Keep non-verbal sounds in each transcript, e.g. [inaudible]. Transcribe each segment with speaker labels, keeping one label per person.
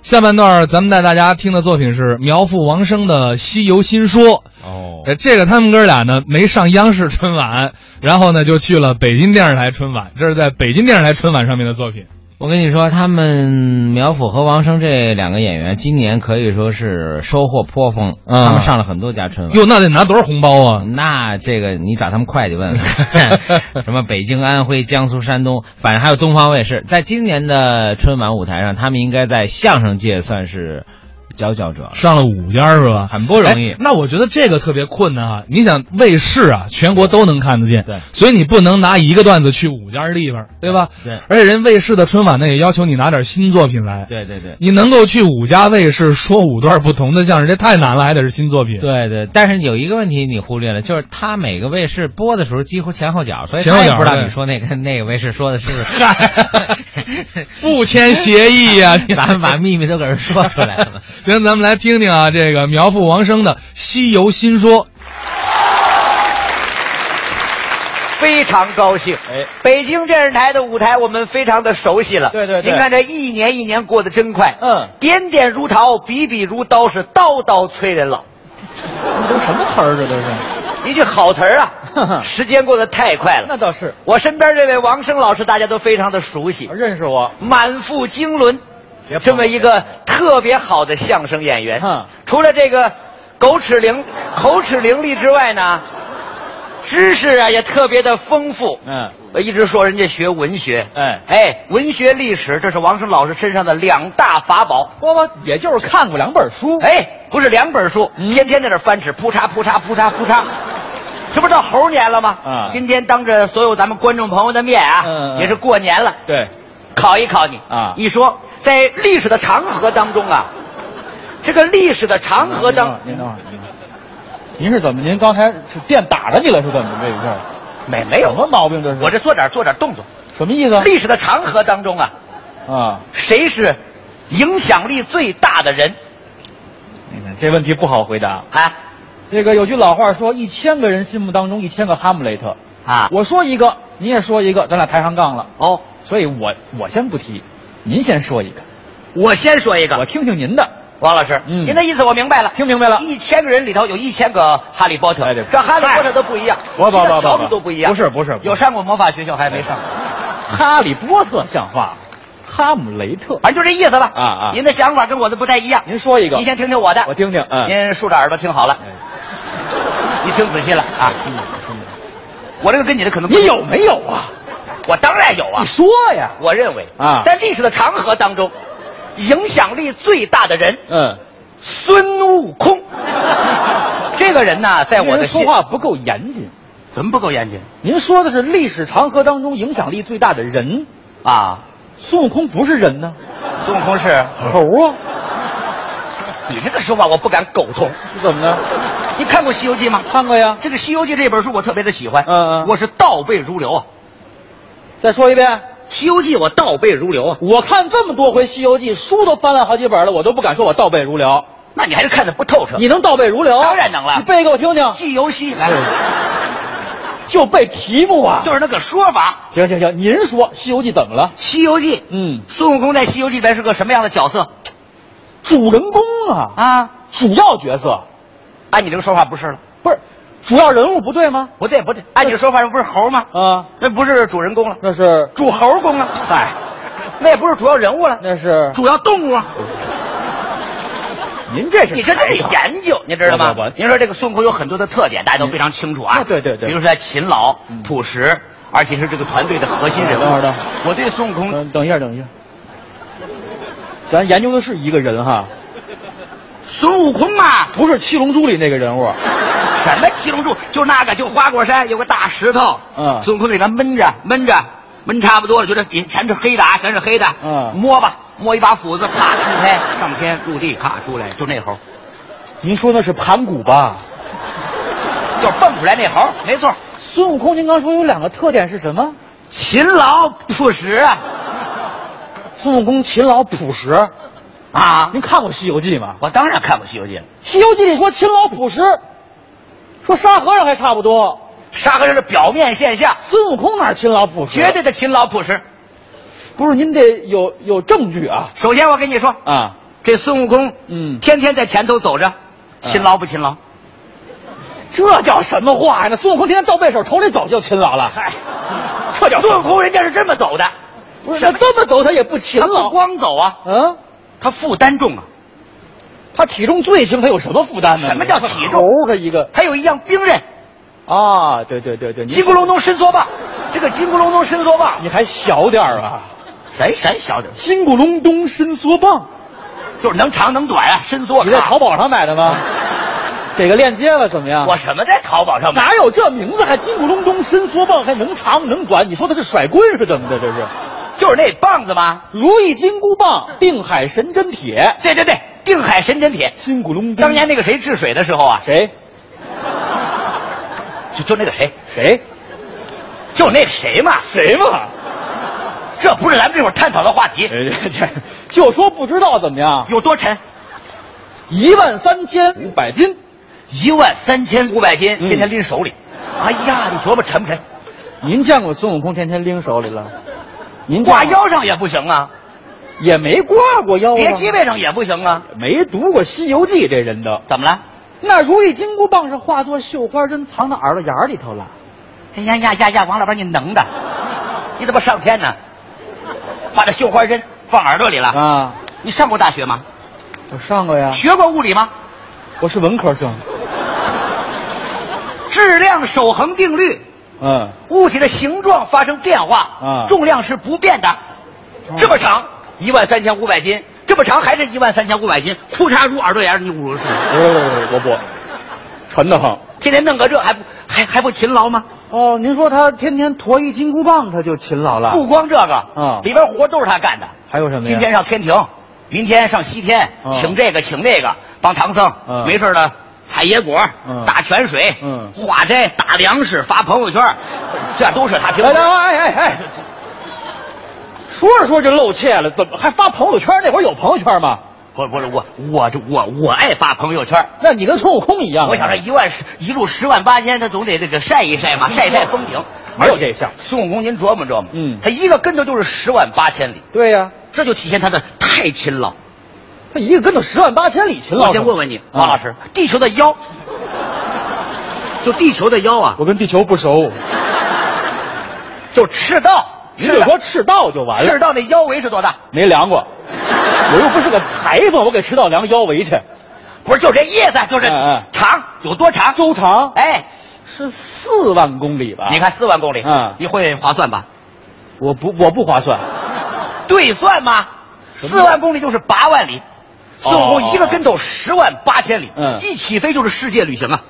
Speaker 1: 下半段咱们带大家听的作品是苗阜王声的《西游新说》。
Speaker 2: 哦
Speaker 3: 哎
Speaker 1: 呃，这个他们哥俩呢没上央视春晚，然后呢就去了北京电视台春晚，这是在北京电视台春晚上面的作品。
Speaker 3: 我跟你说，他们苗阜和王声这两个演员，今年可以说是收获颇丰，
Speaker 1: 嗯
Speaker 3: 他们上了很多家春晚。
Speaker 1: 哟，那得拿多少红包啊？
Speaker 3: 那这个你找他们会
Speaker 1: [laughs]
Speaker 3: 计问问，什么北京、安徽、江苏、山东，反正还有东方卫视，在今年的春晚舞台上，他们应该在相声界算是佼佼者了，
Speaker 1: 上了五家是吧？
Speaker 3: 很不容易
Speaker 1: 哎。那我觉得这个特别困难啊！你想卫视啊，全国都能看得见，
Speaker 3: 对
Speaker 1: 所以你不能拿一个段子去五家地方，对吧？
Speaker 3: 对
Speaker 1: 而且人卫视的春晚呢，也要求你拿点新作品来。
Speaker 3: 对对对。
Speaker 1: 你能够去五家卫视说五段不同的相声，这太难了，还得是新作品。
Speaker 3: 对对，但是有一个问题你忽略了，就是他每个卫视播的时候几乎前后脚，所以
Speaker 1: 前后
Speaker 3: 他也
Speaker 1: 脚
Speaker 3: 不知道
Speaker 1: 对
Speaker 3: 你说那个那个卫视说的是不是。
Speaker 1: [laughs] [laughs] 不签协议
Speaker 2: [laughs]
Speaker 1: 呀、你
Speaker 3: 咱们把秘密都给人说出来了。
Speaker 1: [laughs] 行，咱们来听听啊，这个苗阜王声的《西游新说》。
Speaker 4: 非常高兴。
Speaker 2: 哎
Speaker 4: 北京电视台的舞台我们非常的熟悉了。
Speaker 2: 对对对
Speaker 4: 您看这一年一年过得真快。
Speaker 2: 嗯
Speaker 4: 点点如潮，笔笔如刀，是刀刀催人
Speaker 2: [laughs]
Speaker 4: 老。
Speaker 2: 这都什么词儿？这都是，
Speaker 4: 一句好词儿
Speaker 2: [laughs]
Speaker 4: 啊！时间过得太快了。
Speaker 2: 那倒是，
Speaker 4: 我身边这位王声老师，大家都非常的熟
Speaker 2: [laughs]
Speaker 4: 悉，
Speaker 2: 认识我。
Speaker 4: 满腹经纶
Speaker 2: 别，捧
Speaker 4: 这么一个特别好的相声演员。
Speaker 2: 嗯
Speaker 4: 除了这个狗齿伶口齿伶俐之外呢，知识啊也特别的丰富。
Speaker 2: 嗯，
Speaker 4: 我呃一直说人家学文学，
Speaker 2: 哎
Speaker 4: 哎，文学历史，这是王声老师身上的两大法宝。
Speaker 2: 我我也就是看过两本书。
Speaker 4: 哎，不是两本书，
Speaker 2: 嗯
Speaker 4: 天天在那儿翻纸，扑嚓扑嚓扑嚓扑嚓，这不到猴年了吗？
Speaker 2: 啊
Speaker 4: 今天当着所有咱们观众朋友的面啊，
Speaker 2: 嗯嗯
Speaker 4: 也是过年了，
Speaker 2: 对，
Speaker 4: 考一考你
Speaker 2: 啊
Speaker 4: 一说在历史的长河当中啊，这个历史的长河当，
Speaker 2: 嗯您等会儿，您等会儿您是怎么？您刚才是电打着你了，是怎么这一下？
Speaker 4: 没没有
Speaker 2: 什么毛病？这是
Speaker 4: 我这做点做点动作，
Speaker 2: 什么意思？
Speaker 4: 历史的长河当中啊，
Speaker 2: 啊，
Speaker 4: 谁是影响力最大的人？
Speaker 2: 你看这问题不好回答。
Speaker 4: 啊
Speaker 2: 这个有句老话说，一千个人心目当中一千个哈姆雷特。
Speaker 4: 啊，
Speaker 2: 我说一个，你也说一个，咱俩排行杠了。
Speaker 4: 哦，
Speaker 2: 所以我我先不提，您先说一个，
Speaker 4: 我先说一
Speaker 2: 我
Speaker 4: 个，
Speaker 2: 听听您的。
Speaker 4: 王老师，
Speaker 2: 嗯
Speaker 4: 您的意思我明白了，
Speaker 2: 听明白了
Speaker 4: 一千个人里头有一千个哈利波特
Speaker 2: 哎对，
Speaker 4: 这哈利波特都不一样，
Speaker 2: 不不
Speaker 4: 其他
Speaker 2: 不
Speaker 4: 条
Speaker 2: 不
Speaker 4: 路
Speaker 2: 不
Speaker 4: 都不一样。
Speaker 2: 不是不是不是啊
Speaker 4: 有上过魔法学校还没上，
Speaker 2: 哈利波特像话，哈姆雷特。
Speaker 4: 反正就这意思吧。
Speaker 2: 啊啊
Speaker 4: 您的想法跟我的不太一样。
Speaker 2: 您说一个，
Speaker 4: 您先听听我的，
Speaker 2: 我听听。嗯，哎
Speaker 4: 您竖着耳朵听好了， [laughs] 你听仔细了啊。
Speaker 2: 嗯
Speaker 4: 我这个跟你的可能不
Speaker 2: 你有没有啊？
Speaker 4: 我当然有啊
Speaker 2: 你。说呀。
Speaker 4: 我认为
Speaker 2: 啊
Speaker 4: 在历史的长河当中，影响力最大的人
Speaker 2: 嗯，
Speaker 4: 孙悟空，这个人呢，在
Speaker 2: 在
Speaker 4: 我
Speaker 2: 我
Speaker 4: 的
Speaker 2: 的
Speaker 4: 心
Speaker 2: 说话不够严谨。
Speaker 4: 怎么不够严谨
Speaker 2: 您说的是历史长河当中影响力最大的人，
Speaker 4: 啊？
Speaker 2: 孙悟空不是人呢，
Speaker 4: 孙悟空是，
Speaker 2: 猴啊？
Speaker 4: 你这个说法我不敢苟同。
Speaker 2: 是怎么的？
Speaker 4: 你看过《西游记》吗？
Speaker 2: 看过呀。
Speaker 4: 这个《西游记》这本书我特别的喜欢，
Speaker 2: 嗯嗯
Speaker 4: 我是倒背如流啊，
Speaker 2: 再说一遍，
Speaker 4: 《西游记》我倒背如流啊。
Speaker 2: 我看这么多回《西游记》，书都翻了好几本了，我都不敢说我倒背如流。
Speaker 4: 那你还是看的不透彻。
Speaker 2: 你能倒背如流？
Speaker 4: 当然能了
Speaker 2: 你背给我听听，
Speaker 4: 记游戏来了，
Speaker 2: 就背题目啊。
Speaker 4: 就是那个说法，
Speaker 2: 行行行，您说《西游记》怎么了？
Speaker 4: 《西游记》
Speaker 2: 嗯，
Speaker 4: 孙悟空在《西游记》里边是个什么样的角色
Speaker 2: 主人公啊，
Speaker 4: 啊？哎
Speaker 2: 主要角色
Speaker 4: 按你这个说法不是了，
Speaker 2: 不是主要人物不对吗？
Speaker 4: 不对不对，按你这说法不是猴吗？
Speaker 2: 啊，
Speaker 4: 那不是主人公了，
Speaker 2: 那是
Speaker 4: 主猴公了。嗨，哎那也不是主要人物了，
Speaker 2: 那是
Speaker 4: 主要动物啊。
Speaker 2: [laughs] 您这是
Speaker 4: 你这得
Speaker 2: 抬头
Speaker 4: 研究，你知道吗
Speaker 2: 不不不？
Speaker 4: 您说这个孙悟空有很多的特点，大家都非常清楚啊。
Speaker 2: 嗯对对对
Speaker 4: 比如说他勤劳
Speaker 2: 嗯、
Speaker 4: 朴实，而且是这个团队的核心人物。
Speaker 2: 等会儿呃等会
Speaker 4: 我对孙悟空
Speaker 2: 等嗯等一下，等一下，咱研究的是一个人哈，
Speaker 4: 孙悟空啊，
Speaker 2: 不是《七龙珠》里那个人物。
Speaker 4: 什么七龙珠，就那个，就花果山有个大石头，
Speaker 2: 嗯
Speaker 4: 孙悟空在那闷着闷着，闷差不多了，觉得底全是黑的啊，全是黑的，
Speaker 2: 嗯
Speaker 4: 摸吧，摸一把斧子，啪一拍，上天入地，咔出来，就那猴，
Speaker 2: 您说那是盘古吧？
Speaker 4: 就蹦出来那猴，没错，
Speaker 2: 孙悟空，您刚说有两个特点是什么？
Speaker 4: 勤劳朴实啊，
Speaker 2: 孙悟空勤劳朴实。
Speaker 4: 啊，
Speaker 2: 您看过《西游记》吗？
Speaker 4: 我当然看过《西游记》了，
Speaker 2: 《西游记》里说勤劳朴实，说沙和尚还差不多。
Speaker 4: 沙和尚是表面现象，
Speaker 2: 孙悟空哪儿勤劳朴实？啊
Speaker 4: 绝对的勤劳朴实。
Speaker 2: 不是，您得有有证据啊
Speaker 4: 首先我跟你说，
Speaker 2: 啊！
Speaker 4: 这孙悟空，
Speaker 2: 嗯啊
Speaker 4: 天天在前头走着，勤劳不勤劳？
Speaker 2: 这叫什么话呀？那孙悟空天天倒背手朝里走就勤劳了，
Speaker 4: 嗨、
Speaker 2: 这叫什么
Speaker 4: 孙悟空，人家是这么走的，
Speaker 2: 不是那这么走他也不勤
Speaker 4: 他不
Speaker 2: 劳。
Speaker 4: 光走啊，
Speaker 2: 嗯，
Speaker 4: 他负担重啊，
Speaker 2: 他体重最轻，他有什么负担呢？
Speaker 4: 什么叫体重
Speaker 2: 猴儿他一个
Speaker 4: 还有一样兵刃，
Speaker 2: 啊，对对对对，你
Speaker 4: 金箍隆咚伸缩棒，这个金箍隆咚伸缩棒，
Speaker 2: 你还小点儿
Speaker 4: 嗯
Speaker 2: 啊！
Speaker 4: 谁谁晓得，
Speaker 2: 金箍隆咚伸缩棒，
Speaker 4: 就是能长能短啊，伸缩。
Speaker 2: 你在
Speaker 4: 咔
Speaker 2: 淘，宝上买的吗？给个链接吧，怎么样？
Speaker 4: 我什么在淘宝上买？
Speaker 2: 哪有这名字？还金箍隆咚伸缩棒，还能长能短？你说他是甩棍是怎么的？这是
Speaker 4: 就是那棒子吗？
Speaker 2: 如意金箍棒，定海神针铁，
Speaker 4: 对对对，定海神针铁。
Speaker 2: 金箍隆咚。
Speaker 4: 当年那个谁治水的时候啊，
Speaker 2: 谁
Speaker 4: 就就那个谁，
Speaker 2: 谁
Speaker 4: 就那个谁嘛，
Speaker 2: 谁嘛？
Speaker 4: 这不是咱们这会儿探讨的话题，
Speaker 2: 这这这，就说不知道怎么样？
Speaker 4: 有多沉？
Speaker 2: 一万三千五百斤，
Speaker 4: 一万三千五百斤，
Speaker 2: 嗯
Speaker 4: 天天拎手里。哎呀，你琢磨沉不沉？
Speaker 2: 您见过 [laughs] 孙悟空天天拎手里了？您见过
Speaker 4: 挂腰上也不行啊，
Speaker 2: 也没挂过腰啊，
Speaker 4: 别脊背上也不行啊。
Speaker 2: 没读过《西游记》，这人都。
Speaker 4: 怎么了？
Speaker 2: 那如意金箍棒是化作绣花针藏到耳朵眼儿里头了。
Speaker 4: 哎呀呀呀呀！王老板，你能
Speaker 2: [laughs]
Speaker 4: 的，你怎么上天呢？把这绣花针放耳朵里了。
Speaker 2: 啊，
Speaker 4: 你上过大学吗？
Speaker 2: 我上过呀，
Speaker 4: 学过物理吗？
Speaker 2: 我是文科生。
Speaker 4: 质量守恒定律，
Speaker 2: 嗯，
Speaker 4: 物体的形状发生变化，
Speaker 2: 啊哦
Speaker 4: 重量是不变的。这么长，一万三千五百斤，这么长还是一万三千五百斤，裤衩入耳朵眼儿，你五十四，
Speaker 2: 不不不不不，沉得慌。
Speaker 4: 天天弄个这还不还还不勤劳吗？
Speaker 2: 哦，您说他天天驮一金箍棒，他就勤劳了？
Speaker 4: 不，光这个，
Speaker 2: 啊
Speaker 4: 里边活都是他干的。
Speaker 2: 还有什么呀？
Speaker 4: 今天上天庭，明天上西天，
Speaker 2: 哦
Speaker 4: 请这个请那个，帮唐僧，
Speaker 2: 嗯
Speaker 4: 没事儿了采野果，
Speaker 2: 嗯
Speaker 4: 打泉水，
Speaker 2: 嗯
Speaker 4: 化斋，打粮食，发朋友圈，这都是他平
Speaker 2: 哎
Speaker 4: 时。
Speaker 2: 哎哎哎，说着说着就露怯了，怎么还发朋友圈？那会儿有朋友圈吗？
Speaker 4: 不不是我我这我我爱发朋友圈，
Speaker 2: 那你跟孙悟空一样啊。
Speaker 4: 我想这一万十一路十万八千，他总得这个晒一晒嘛，
Speaker 2: 嗯
Speaker 4: 晒晒风景。
Speaker 2: 没有这一项
Speaker 4: 孙悟空，您琢磨琢磨，
Speaker 2: 嗯
Speaker 4: 他一个跟头就是十万八千里，
Speaker 2: 对呀、
Speaker 4: 这就体现他的太勤劳。
Speaker 2: 他一个跟头十万八千里勤劳。
Speaker 4: 我先问问你，王老师
Speaker 2: 啊，，
Speaker 4: 地球的
Speaker 2: [laughs]
Speaker 4: 腰，就地球的腰啊，
Speaker 2: 我跟地球不熟，
Speaker 4: 就赤道，
Speaker 2: 你得说赤道就完了
Speaker 4: 赤。道那腰围是多大？
Speaker 2: 没量过，我又不是个裁缝，我给赤道量腰围去。
Speaker 4: 不是，就这叶子，就这
Speaker 2: 嗯嗯
Speaker 4: 长有多长？
Speaker 2: 周长
Speaker 4: 哎，
Speaker 2: 是四万公里吧？
Speaker 4: 你，看四万公里
Speaker 2: 啊嗯，
Speaker 4: 你会划算吧？
Speaker 2: 我不我不
Speaker 4: [laughs]
Speaker 2: 划算，
Speaker 4: 对算吗？四万公里就是八万里，孙悟空一个跟头十万八千里，
Speaker 2: 哦嗯
Speaker 4: 一起飞就是世界旅行啊，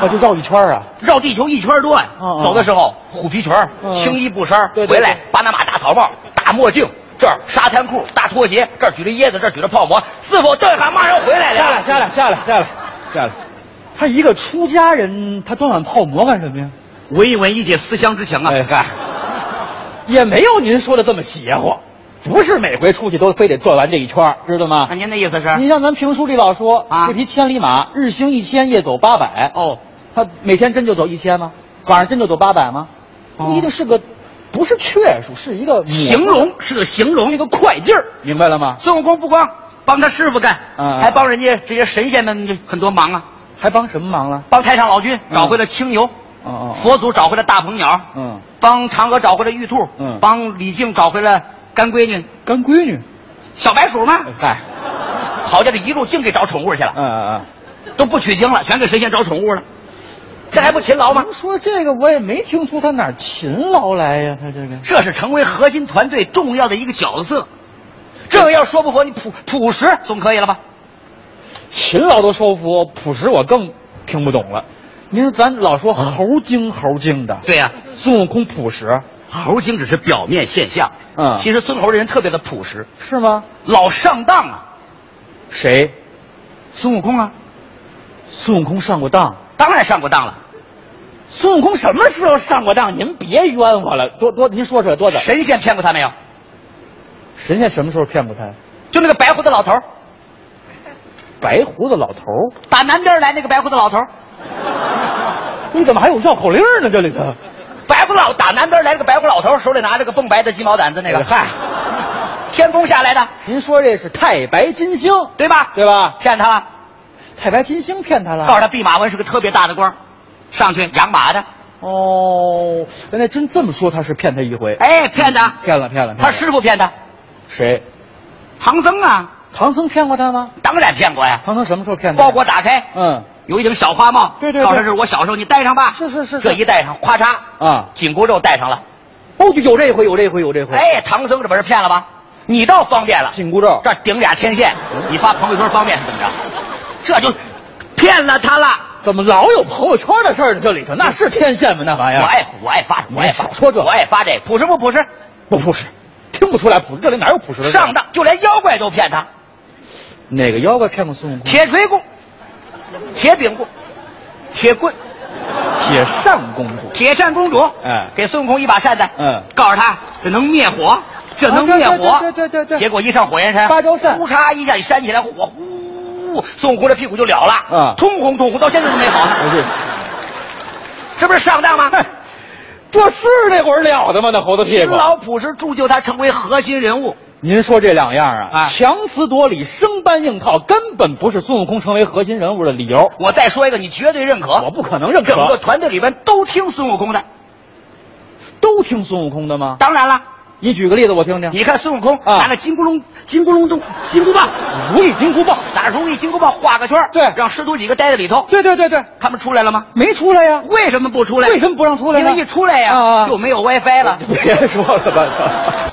Speaker 2: 我就绕一圈啊。
Speaker 4: 绕地球一圈多呀
Speaker 2: 嗯。嗯
Speaker 4: 走的时候虎皮裙儿、
Speaker 2: 嗯
Speaker 4: 青衣布衫儿，
Speaker 2: 对对
Speaker 4: 回来
Speaker 2: 对
Speaker 4: 巴拿马大草帽、大墨镜，这儿沙滩裤、大拖鞋，这儿举着椰子，这儿举着泡馍，是否这下马上回来了？
Speaker 2: 下来下来下来下来下来，他一个出家人，他端碗泡馍干什么呀？
Speaker 4: 闻一闻一姐思乡之情啊！
Speaker 2: 哎 [laughs] 嗨，也没有您说的这么邪乎，不是每回出去都非得转完这一圈儿，知道吗
Speaker 4: 那？您的意思是？
Speaker 2: 你像咱评书里老说
Speaker 4: 哎啊
Speaker 2: 这匹千里马日行一千，夜走八百。
Speaker 4: 哦，
Speaker 2: 他每天真就走一千吗？晚上真就走八百吗？
Speaker 4: 哦
Speaker 2: 不一定是个，不是确数，是一个
Speaker 4: 形容是个形容，
Speaker 2: 一个快劲儿，明白了吗？
Speaker 4: 孙悟空不光帮他师傅干，
Speaker 2: 嗯
Speaker 4: 还帮人家这些神仙们很多忙啊，
Speaker 2: 还帮什么忙了？
Speaker 4: 帮太上老君找回了青牛，
Speaker 2: 嗯哦哦，
Speaker 4: 佛祖找回了大鹏鸟，
Speaker 2: 嗯，
Speaker 4: 帮嫦娥找回了玉兔，
Speaker 2: 嗯
Speaker 4: 帮李靖找回了干闺女
Speaker 2: 干闺女。
Speaker 4: 小白鼠嘛。
Speaker 2: 嗨，
Speaker 4: [laughs] 好家伙，一路净给找宠物去
Speaker 2: 哎嗯
Speaker 4: 了，
Speaker 2: 嗯
Speaker 4: 都不取经了，全给神仙找宠物了，这还不勤劳吗
Speaker 2: 嗯。？说这个我也没听出他哪儿勤劳来呀，他这个
Speaker 4: 这是成为核心团队重要的一个角色。这个要说不服，你朴朴实总可以了吧？
Speaker 2: 勤劳都说服我，朴实我更听不懂了。您说咱老说猴精猴精的，
Speaker 4: 对呀、
Speaker 2: 孙悟空朴实
Speaker 4: 猴精只是表面现象，
Speaker 2: 嗯
Speaker 4: 其实孙猴这人特别的朴实，
Speaker 2: 是吗？
Speaker 4: 老上当啊，
Speaker 2: 谁？
Speaker 4: 孙悟空啊，
Speaker 2: 孙悟空上过当。
Speaker 4: 当然上过当了，
Speaker 2: 孙悟空什么时候上过当？您别冤枉了，多多，您说出来多少？
Speaker 4: 神仙骗过他没有？
Speaker 2: 神仙什么时候骗过他？
Speaker 4: 就那个白胡子老头儿，
Speaker 2: 白胡子老头儿，
Speaker 4: 打南边来那个白胡子老头儿，
Speaker 2: 你怎么还有绕口令呢？这里头，
Speaker 4: 哎白胡子老打南边来那个白胡子老头儿，手里拿着个蹦白的鸡毛掸子那个，
Speaker 2: 嗨，
Speaker 4: 天宫下来的，
Speaker 2: [laughs] 您说这是太白金星，
Speaker 4: 对吧？
Speaker 2: 对吧？
Speaker 4: 骗他了，
Speaker 2: 太白金星骗他了。
Speaker 4: 告诉他弼马温是个特别大的官儿，上去养马的，
Speaker 2: 哦，原来真这么说，他是骗他一回。，
Speaker 4: 哎，骗他，
Speaker 2: 骗了，骗了。骗
Speaker 4: 他
Speaker 2: 了
Speaker 4: 师傅骗他，
Speaker 2: 谁？
Speaker 4: 唐僧啊，
Speaker 2: 唐僧骗过他吗？
Speaker 4: 当然骗过呀，
Speaker 2: 唐僧什么时候骗他？
Speaker 4: 包裹。打开，
Speaker 2: 嗯，
Speaker 4: 有一顶小花帽，
Speaker 2: 对对对
Speaker 4: 告诉他这是我小时候，你戴上吧。
Speaker 2: 是是是是
Speaker 4: [laughs] 这一戴上，咔嚓，
Speaker 2: 啊，
Speaker 4: 紧箍咒戴上了。
Speaker 2: 哦，有这回，有这回，有这回。，
Speaker 4: 哎，唐僧这不是骗了吧？你倒方便了，
Speaker 2: 嗯紧箍咒。嗯
Speaker 4: 这顶俩天线，你发朋友圈方便是怎么着？这就骗了他了。
Speaker 2: 怎么老有朋友圈的事儿呢？这里头那是天线吗？那玩意
Speaker 4: 我
Speaker 2: 儿
Speaker 4: 爱我爱发，我爱发，
Speaker 2: 少哎说这
Speaker 4: 我爱发这个，朴实不朴实？
Speaker 2: 不朴实，听不出来朴实。这里哪有朴实的事儿？
Speaker 4: 上当，就连妖怪都骗他。
Speaker 2: 哪个妖怪骗过孙悟空？
Speaker 4: 铁锤公、铁饼公、铁棍、
Speaker 2: 铁扇公主。
Speaker 4: 铁扇公主，
Speaker 2: 哎
Speaker 4: 给孙悟空一把扇子，
Speaker 2: 嗯
Speaker 4: 告诉他这能灭火，这能
Speaker 2: 啊
Speaker 4: 灭火，
Speaker 2: 对对对对对对
Speaker 4: 结果一上火焰山，
Speaker 2: 芭蕉扇
Speaker 4: 呼嚓一下一扇起来，火呼，孙悟空这屁股就了了，
Speaker 2: 嗯
Speaker 4: 通红通红，到现在都没好呢，
Speaker 2: 不是，
Speaker 4: 是不是上当吗？
Speaker 2: 这是那会儿了的吗？那猴子屁
Speaker 4: 勤
Speaker 2: 股。
Speaker 4: 劳朴实铸就他成为核心人物，
Speaker 2: 您说这两样啊，
Speaker 4: 啊
Speaker 2: 强词夺理、生搬硬套，根本不是孙悟空成为核心人物的理由。
Speaker 4: 我再说一个，你绝对认可，
Speaker 2: 我不可能认可
Speaker 4: 整个团队里边都听孙悟空的，
Speaker 2: 都听孙悟空的吗？
Speaker 4: 当然了。
Speaker 2: 你举个例子我听听。
Speaker 4: 你看孙悟空
Speaker 2: 啊
Speaker 4: 拿那金箍龙、金箍龙洞、金箍棒，
Speaker 2: 如意金箍棒。
Speaker 4: 拿如意金箍棒画个圈儿
Speaker 2: 对
Speaker 4: 让师徒几个待在里头，
Speaker 2: 对对对对，
Speaker 4: 他们出来了吗？
Speaker 2: 没出来
Speaker 4: [laughs]
Speaker 2: 呀。
Speaker 4: 啊为什么不出来？
Speaker 2: 为什么不让出来
Speaker 4: 因
Speaker 2: 呢
Speaker 4: 为一出来呀、
Speaker 2: 啊啊
Speaker 4: 就没有 WiFi 了。
Speaker 2: 别说了吧。